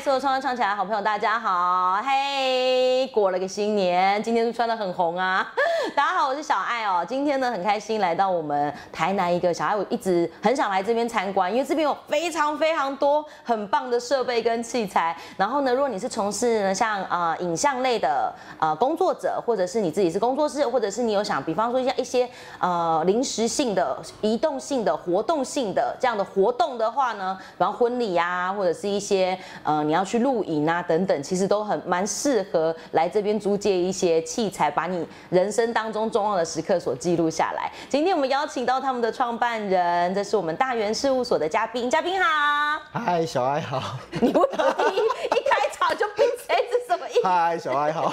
所有创业唱起来的好朋友，大家好！嘿、过了个新年，今天是穿的很红啊。 大家好，我是小爱哦。今天呢，很开心来到我们台南一个小爱，我一直很想来这边参观，因为这边有非常非常多很棒的设备跟器材。然后呢，如果你是从事呢像呃影像类的呃工作者，或者是你自己是工作室，或者是你有想，比方说像一些呃临时性的、移动性的、活动性的这样的活动的话呢，比方婚礼啊，或者是一些呃你要去露营啊等等，其实都很蛮适合来这边租借一些器材，把你人生当中重要的时刻所记录下来。今天我们邀请到他们的创办人，这是我们大元事务所的嘉宾，嘉宾好。嗨，小爱好。你为什么一一开场就闭嘴？这是什么意思？嗨，小爱好。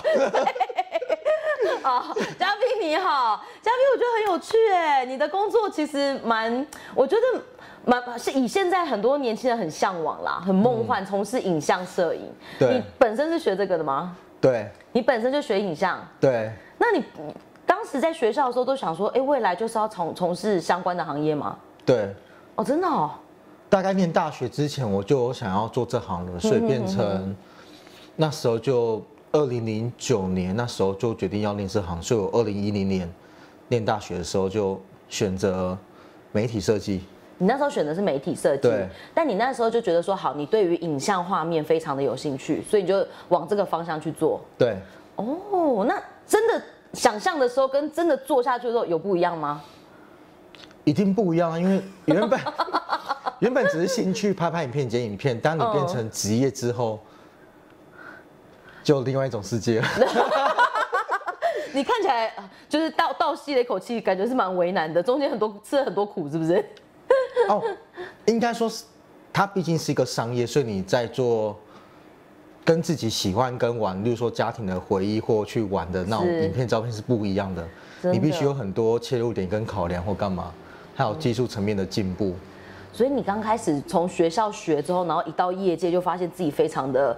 哦，嘉宾你好，嘉宾我觉得很有趣哎，你的工作其实蛮，我觉得蛮是以现在很多年轻人很向往啦，很梦幻，从事影像摄影。嗯对你本身是学这个的吗？对你本身就学影像，对，那你你当时在学校的时候都想说，哎，未来就是要从从事相关的行业吗？对，哦，真的哦，大概念大学之前我就有想要做这行了，所以变成那时候就二零零九年那时候就决定要念这行，所以我二零一零年念大学的时候就选择媒体设计。你那时候选的是媒体设计对，但你那时候就觉得说，好，你对于影像画面非常的有兴趣，所以你就往这个方向去做。对，哦，那真的想象的时候跟真的做下去的时候有不一样吗？一定不一样啊，因为原本原本只是兴趣拍拍影片、剪影片，当你变成职业之后，就另外一种世界了。你看起来呃就是倒倒吸了一口气，感觉是蛮为难的，中间很多吃了很多苦，是不是？哦，应该说是，它毕竟是一个商业，所以你在做跟自己喜欢跟玩，例如说家庭的回忆或去玩的那种是影片、照片是不一样的。真的你必须有很多切入点跟考量或干嘛，还有技术层面的进步。所以你刚开始从学校学之后，然后一到业界就发现自己非常的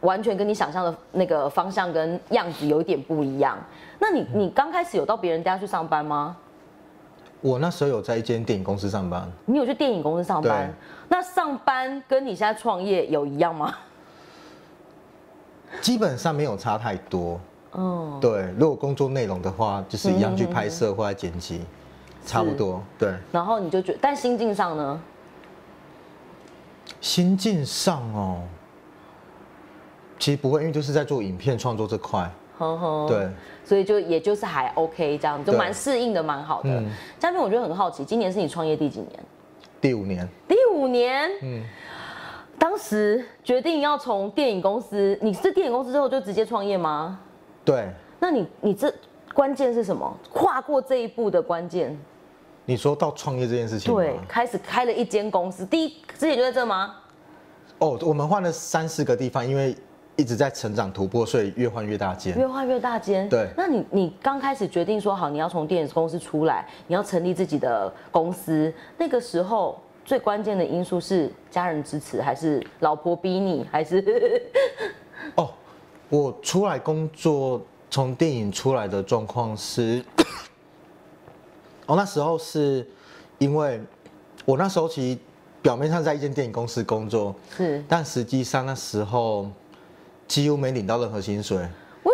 完全跟你想象的那个方向跟样子有一点不一样。那你嗯你刚开始有到别人家去上班吗？我那时候有在一间电影公司上班，你有去电影公司上班对？那上班跟你现在创业有一样吗？基本上没有差太多。嗯，对，如果工作内容的话，就是一样去拍摄或者剪辑，差不多。对，然后你就觉但心境上呢？心境上哦，其实不会，因为就是在做影片创作这块。哼哼，对，所以就也就是还 OK 这样，就对蛮适应的，蛮好的。嘉宾，我觉得很好奇，今年是你创业第几年？第五年，第五年。嗯，当时决定要从电影公司，你是电影公司之后就直接创业吗？对，那你你这关键是什么？跨过这一步的关键，你说到创业这件事情吗，对，开始开了一间公司，第一之前就在这吗？哦，我们换了三四个地方，因为一直在成长突破，所以越换越大间。越画越大间。对那你你刚开始决定说好你要从电影公司出来，你要成立自己的公司，那个时候最关键的因素是家人支持，还是老婆逼你，还 是哦，我出来工作，从电影出来的状况是， 哦，那时候是因为我那时候其实表面上在一间电影公司工作，是但实际上那时候几乎没领到任何薪水。 为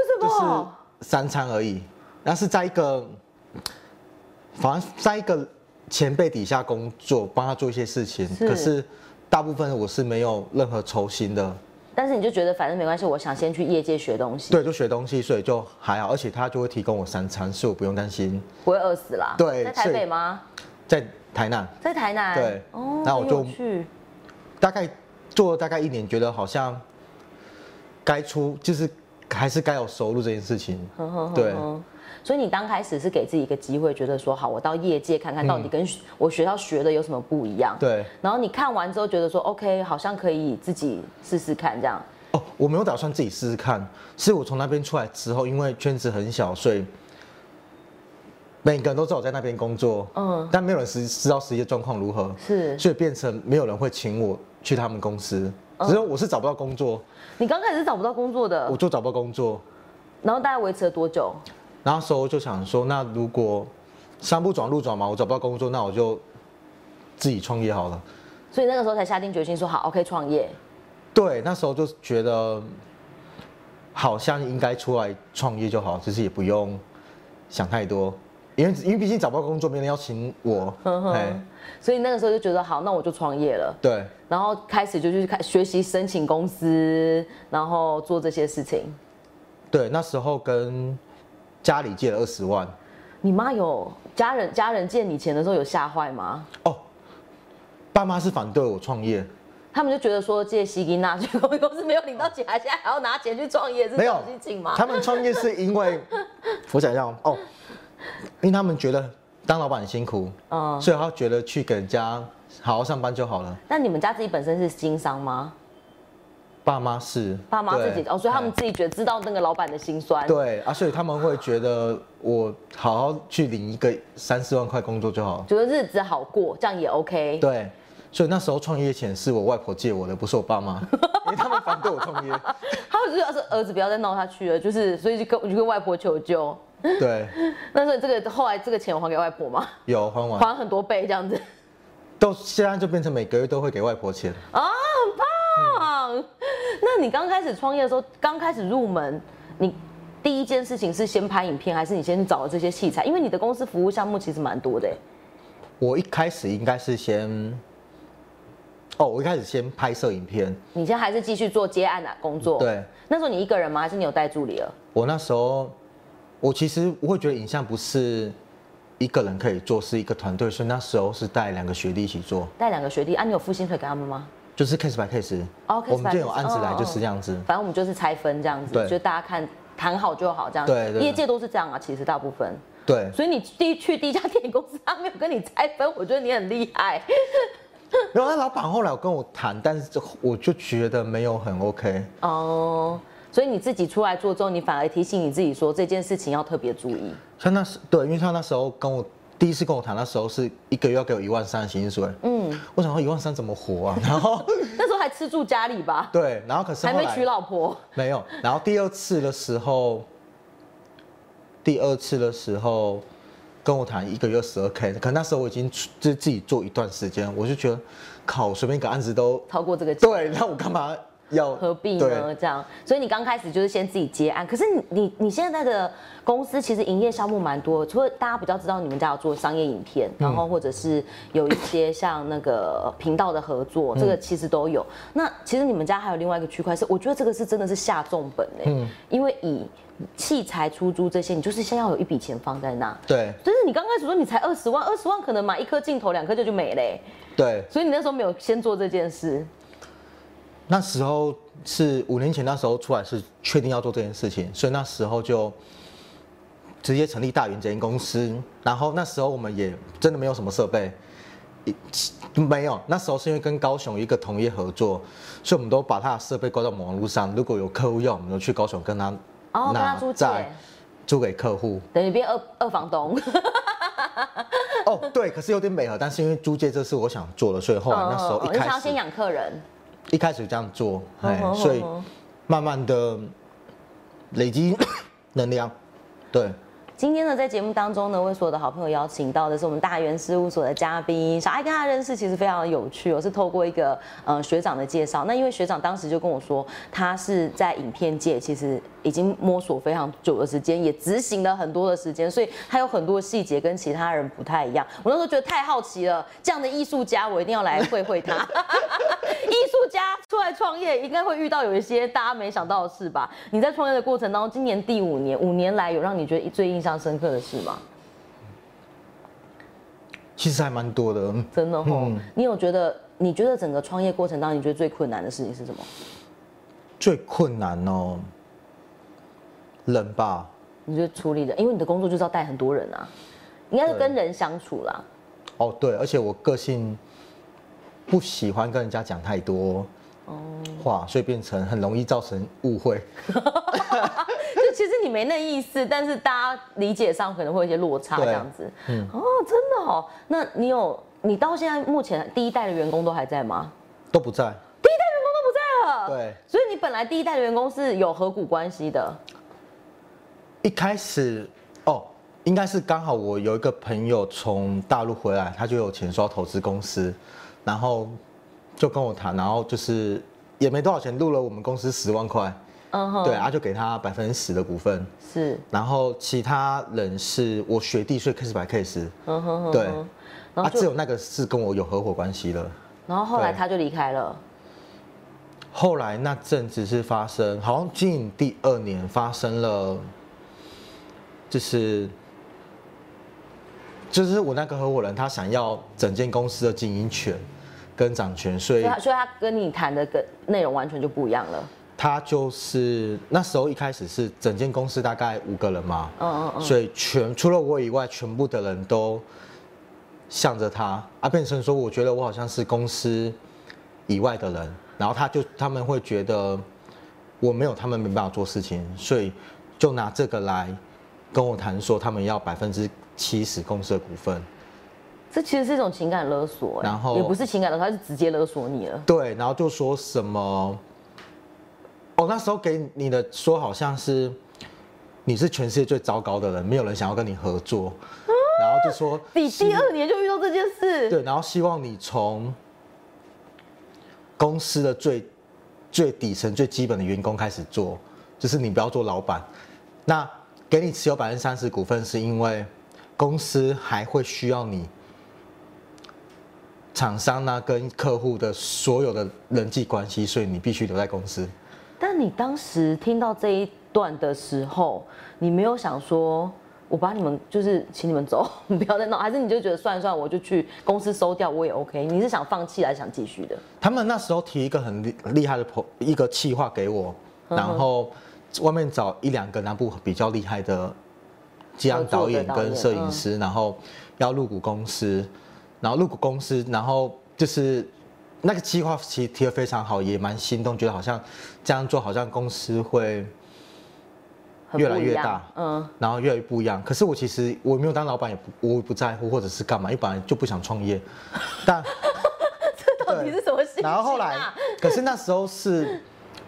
什就是么？三餐而已。那是在一个，反正在一个前辈底下工作，帮他做一些事情。是可是大部分我是没有任何酬薪的，但是你就觉得反正没关系，我想先去业界学东西，对，就学东西，所以就还好。而且他就会提供我三餐，所以我不用担心。不会饿死啦。对在台所以北吗？在台南在台南。对哦，那我很就有趣大概做了大概一年，觉得好像该出就是还是该有收入这件事情。对嗯，所以你刚开始是给自己一个机会，觉得说好，我到业界看看到嗯底跟我学校学的有什么不一样。对。然后你看完之后觉得说 OK，好像可以自己试试看这样。哦，我没有打算自己试试看，是我从那边出来之后，因为圈子很小，所以每个人都知道我在那边工作，嗯，但没有人实知道实际的状况如何，是所以变成没有人会请我去他们公司，只有我是找不到工作，你刚开始是找不到工作的我，就找不到工作，然后大概维持了多久？那时候就想说，那如果山不转路转嘛，我找不到工作，那我就自己创业好了。所以那个时候才下定决心说好，OK 创业。对，那时候就觉得好像应该出来创业就好，就是也不用想太多，因为因为毕竟找不到工作，没人要请我，哎，所以那个时候就觉得好，那我就创业了，对然后开始就去开学习申请公司，然后做这些事情。对，那时候跟家里借了二十万，你妈有家人家人借你钱的时候有吓坏吗？哦，爸妈是反对我创业，他们就觉得说借西吉娜去公司没有领到钱，还现在还要拿钱去创业，是这没种有心情吗？他们创业是因为我想一下哦哦，因为他们觉得当老板很辛苦，嗯，所以他觉得去给人家好好上班就好了。那你们家自己本身是经商吗？爸妈是，爸妈自己对哦，所以他们哎自己觉得知道那个老板的辛酸。对啊，所以他们会觉得我好好去领一个三四万块工作就好了。觉得日子好过，这样也 OK。对，所以那时候创业钱是我外婆借我的，不是我爸妈，因为他们反对我创业。他们就要是儿子不要再闹下去了，就是所以就跟我就跟外婆求救。对，那所以这个后来这个钱我还给外婆嘛，有还完，还很多倍这样子 都现在就变成每个月都会给外婆钱。啊，很棒。嗯那你刚开始创业的时候，刚开始入门，你第一件事情是先拍影片，还是你先找了这些器材？因为你的公司服务项目其实蛮多的欸，我一开始应该是先，哦，我一开始先拍摄影片。你现在还是继续做接案啊工作？。对那时候你一个人吗？还是你有带助理了？我那时候，我其实我会觉得影像不是一个人可以做，是一个团队，所以那时候是带两个学弟一起做，带两个学弟啊，你有付薪水给他们吗？就是 case by case。哦，case by 我们就有 case，案子来哦就是这样子。反正我们就是拆分这样子，对就大家看谈好就好这样子。对对业界都是这样啊，其实大部分。对，所以你第一去第一家电影公司，他没有跟你拆分，我觉得你很厉 害。然后那老板后来有跟我谈，但是我就觉得没有很 OK。哦、所以你自己出来做之后，你反而提醒你自己说这件事情要特别注意。像那时对，因为他那时候跟我第一次跟我谈，那时候是一个月要给我一万三的薪水。嗯，我想说一万三怎么活 啊？然后那时候还吃住家里吧， 对，然后可是还后没来娶老婆。没有。然后第二次的时候，第二次的时候跟我谈一个月十二 k，可能那时候我已经出就是自己做一段时间，我就觉得靠，我随便一个案子都超过这个钱对，那我干嘛要何必对呢？这样，所以你刚开始就是先自己接案。可是你你你现在的公司其实营业项目蛮多，除了大家比较知道你们家有做商业影片，然后或者是有一些像那个频道的合作，这个其实都有。那其实你们家还有另外一个区块是，我觉得这个是真的是下重本哎、因为以器材出租这些，你就是先要有一笔钱放在那。对就是你刚开始说你才二十万，二十万可能买一颗镜头两颗就就没嘞、欸对，所以你那时候没有先做这件事。那时候是五年前，那时候出来是确定要做这件事情，所以那时候就直接成立大元这间公司。然后那时候我们也真的没有什么设备，一没有。那时候是因为跟高雄一个同业合作，所以我们都把他的设备挂到网络上。如果有客户要，我们就去高雄跟他哦，跟他拿租借。再租给客户。等于变二二房东，哦，对，可是有点美和，但是因为租借这是我想做的，所以 后来那时候嗯嗯嗯一你想要开先始养客人，一开始这样做，哎嗯嗯，嗯所以嗯慢慢的累积 能量，对，今天呢，在节目当中呢，为所有的好朋友邀请到的是我们大元事务所的嘉宾小爱，跟他认识其实非常有趣哦，是透过一个呃学长的介绍。那因为学长当时就跟我说，他是在影片界其实已经摸索非常久的时间，也执行了很多的时间，所以他有很多细节跟其他人不太一样。我那时候觉得太好奇了，这样的艺术家我一定要来会会他。艺术家出来创业，应该会遇到有一些大家没想到的事吧？你在创业的过程当中，今年第五年，五年来有让你觉得最印象深刻的事吗？其实还蛮多的。嗯真的吼、你有觉得？你觉得整个创业过程当中，你觉得最困难的事情是什么？最困难哦，人吧，你觉得处理的，因为你的工作就是要带很多人啊，应该是跟人相处啦。哦对，而且我个性不喜欢跟人家讲太多哦话，所以变成很容易造成误会。就其实你没那意思，但是大家理解上可能会有一些落差这对嗯样子。哦，真的哦。那你有，你到现在目前第一代的员工都还在吗？都不在，都不在了。对，所以你本来第一代的员工是有合股关系的，一开始哦，应该是刚好我有一个朋友从大陆回来，他就有钱说要投资公司，然后就跟我谈，然后就是也没多少钱，入了我们公司十万块，嗯哼，对，啊就给他百分之十的股份，是，然后其他人是我学弟，所以 case by case，嗯哼哼，对，然啊后只就，有那个是跟我有合伙关系的。然后后来对他就离开了，后来那阵子是发生，好像经营第二年发生了，就是就是我那个合伙人他想要整间公司的经营权跟掌权，所所以以他所以他跟你谈的跟内容完全就不一样了，他就是那时候一开始是整间公司大概五个人嘛，嗯嗯嗯，所以全除了我以外，全部的人都向着他啊，变成说我觉得我好像是公司以外的人，然后他就他们会觉得我没有他们没办法做事情，所以就拿这个来跟我谈说他们要百分之七十公司的股份，这其实是一种情感勒索、哎然后也不是情感勒索，他是直接勒索你了，对，然后就说什么哦，那时候给你的说好像是你是全世界最糟糕的人，没有人想要跟你合作，然后就说你啊第二年就遇到这件事，对，然后希望你从公司的最最底层、最基本的员工开始做，就是你不要做老板。那给你持有百分之三十股份，是因为公司还会需要你厂商呢、啊跟客户的所有的人际关系，所以你必须留在公司。但你当时听到这一段的时候，你没有想说，我把你们就是请你们走， 你不要再闹，还是你就觉得算了算了，我就去公司收掉，我也 OK？你是想放弃还是想继续的？他们那时候提一个很厉厉害的 pro- 一个企划给我，嗯然后外面找一两个南部比较厉害的激昂导演合作的导演嗯跟摄影师，然后要入股公司，然后入股公司，然后就是那个计划其实提的非常好，也蛮心动，觉得好像这样做好像公司会很越不来一越样大嗯，然后越来越不一样。可是我其实我没有当老板，也不我也不在乎，或者是干嘛，因为本来就不想创业，但。 这到底是什么 心情、啊？然后后来，可是那时候 是，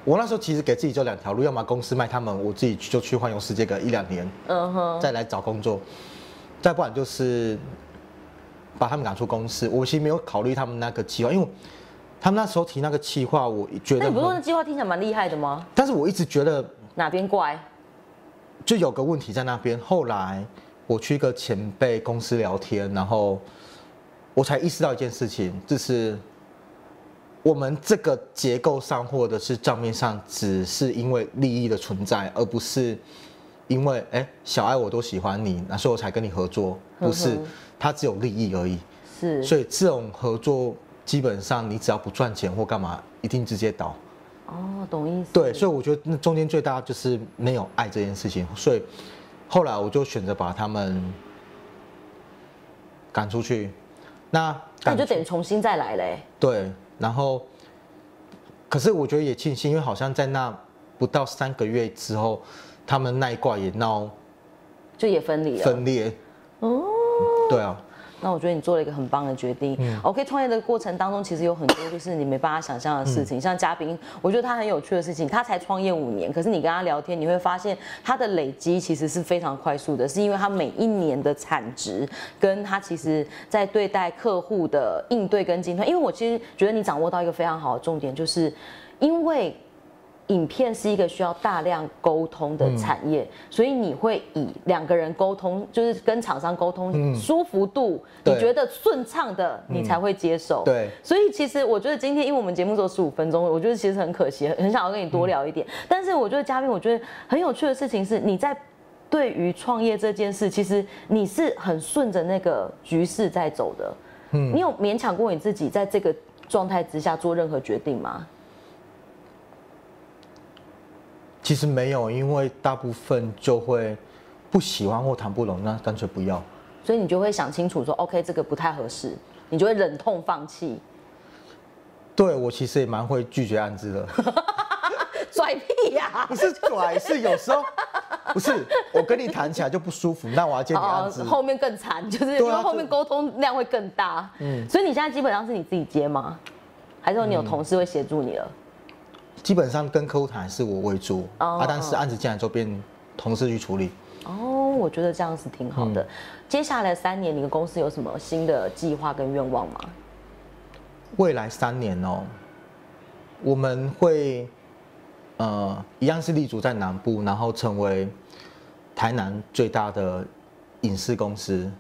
我那时候其实给自己就两条路，要么公司卖他们，我自己就去环游世界个一两年，嗯哼，再来找工作，再不然就是把他们赶出公司。我其实没有考虑他们那个计划，因为他们那时候提那个计划，我觉那得你不是说那很，计划听起来蛮厉害的吗？但是我一直觉得哪边怪？就有个问题在那边。后来我去一个前辈公司聊天，然后我才意识到一件事情，就是我们这个结构上或者是账面上，只是因为利益的存在，而不是因为哎、小爱我都喜欢你，那所以我才跟你合作，不是嗯哼，它只有利益而已。是，所以这种合作基本上你只要不赚钱或干嘛，一定直接倒。哦，懂意思。对，所以我觉得那中间最大就是没有爱这件事情，所以后来我就选择把他们赶出去。那那赶你就等于重新再来嘞、对，然后可是我觉得也庆幸，因为好像在那不到三个月之后，他们那一挂也闹就也分离了。分裂。哦，对啊，那我觉得你做了一个很棒的决定。OK，创嗯业的过程当中，其实有很多就是你没办法想象的事嗯情。像嘉宾，我觉得他很有趣的事情，他才创业五年，可是你跟他聊天，你会发现他的累积其实是非常快速的，是因为他每一年的产值跟他其实在对待客户的应对跟进退。因为我其实觉得你掌握到一个非常好的重点，就是因为影片是一个需要大量沟通的产业，嗯所以你会以两个人沟通，就是跟厂商沟通、舒服度，你嗯对嗯觉得顺畅的，你才会接受。对所以其实我觉得今天因为我们节目只有十五分钟，我觉得其实很可惜，很很想要跟你多聊一嗯点。但是我觉得嘉宾，我觉得很有趣的事情是你在。对于创业这件事，其实你是很顺着那个局势在走的。嗯，你有勉强过你自己在这个状态之下做任何决定吗？其实没有，因为大部分就会不喜欢或谈不拢，那干脆不要。所以你就会想清楚说，OK，这个不太合适，你就会忍痛放弃，对我其实也蛮会拒绝案子的。拽屁呀、不是拽，是有时候不是我跟你谈起来就不舒服，那我要接你案子。哦后面更惨，就是因对啊为后这面沟通量会更大。嗯，所以你现在基本上是你自己接吗？还是说你嗯有同事会协助你了？基本上跟客户谈是我为主，哦啊，但是案子进来之后变同事去处理。哦，我觉得这样是挺好嗯的。接下来三年，你的公司有什么新的计划跟愿望吗？未来三年哦，我们会呃一样是立足在南部，然后成为台南最大的影视公司。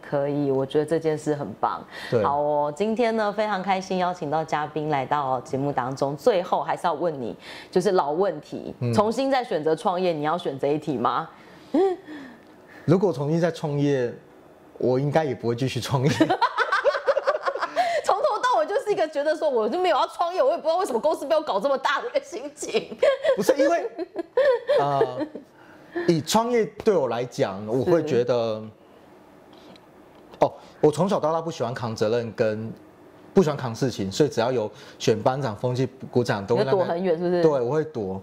可以，我觉得这件事很棒。对好哦，今天呢非常开心邀请到嘉宾来到节目当中，最后还是要问你，就是老问题，嗯重新再选择创业，你要选择一题 吗？如果重新再创业，我应该也不会继续创业。从头到尾就是一个觉得说我就没有要创业，我也不知道为什么公司被我搞这么大的一个心情。 不是因为，呃，以创业对我来讲，我会觉得，哦，我从小到大不喜欢扛责任跟不喜欢扛事情，所以只要有选班长、风纪股长都会你让会躲他很远是不是对，我会躲。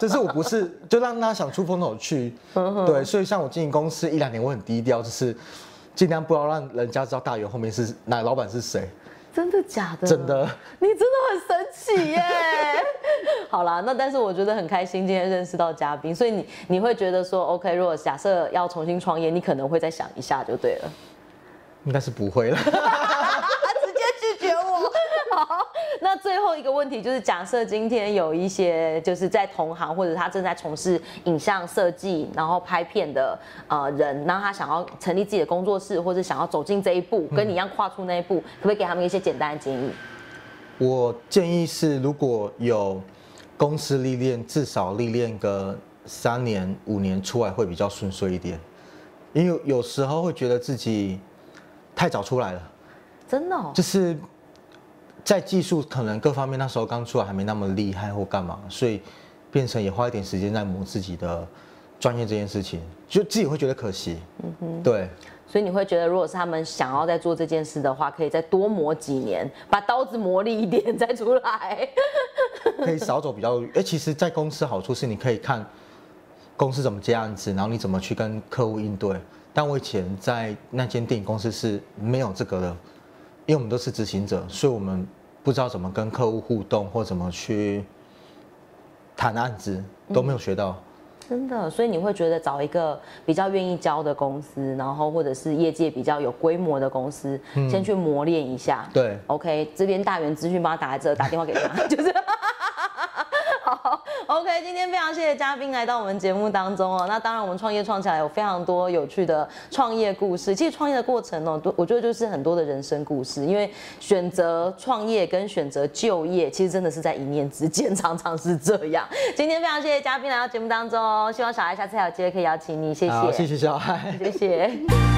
就是我不是就让他想出风头去，嗯对，所以像我经营公司一两年，我很低调，就是尽量不要让人家知道大员后面是哪老板是谁，真的假的？真的。你真的很神奇 耶！好啦，那但是我觉得很开心，今天认识到嘉宾，所以你你会觉得说，OK，如果假设要重新创业，你可能会再想一下就对了。应该是不会了。直接拒绝我。 好，那最后一个问题就是，假设今天有一些就是在同行或者他正在从事影像设计，然后拍片的呃人，那他想要成立自己的工作室，或者想要走进这一步，跟你一样跨出那一步，可不可以给他们一些简单的建议？我建议是，如果有公司历练，至少历练个三年五年出来会比较顺遂一点，因为有有时候会觉得自己太早出来了，真的、哦，就是在技术可能各方面那时候刚出来还没那么厉害或干嘛，所以变成也花一点时间在磨自己的专业这件事情，就自己会觉得可惜。嗯哼，对。所以你会觉得，如果是他们想要再做这件事的话，可以再多磨几年，把刀子磨利一点再出来。可以少走比较远。哎、其实，在公司好处是你可以看公司怎么接案子，然后你怎么去跟客户应对。但我以前在那间电影公司是没有这个的，因为我们都是执行者，所以我们不知道怎么跟客户互动或怎么去谈案子，都没有学到。真的，所以你会觉得找一个比较愿意教的公司，然后或者是业界比较有规模的公司，先去磨练一下。对，OK，这边大元资讯帮他打在这，打电话给他， 就是。好，OK，今天非常谢谢嘉宾来到我们节目当中哦。那当然，我们创业创起来有非常多有趣的创业故事。其实创业的过程哦，都我觉得就是很多的人生故事，因为选择创业跟选择就业，其实真的是在一念之间，常常是这样。 今天非常谢谢嘉宾来到节目当中哦，希望小孩下次还有机会可以邀请你，谢好，谢，谢谢小爱。谢谢。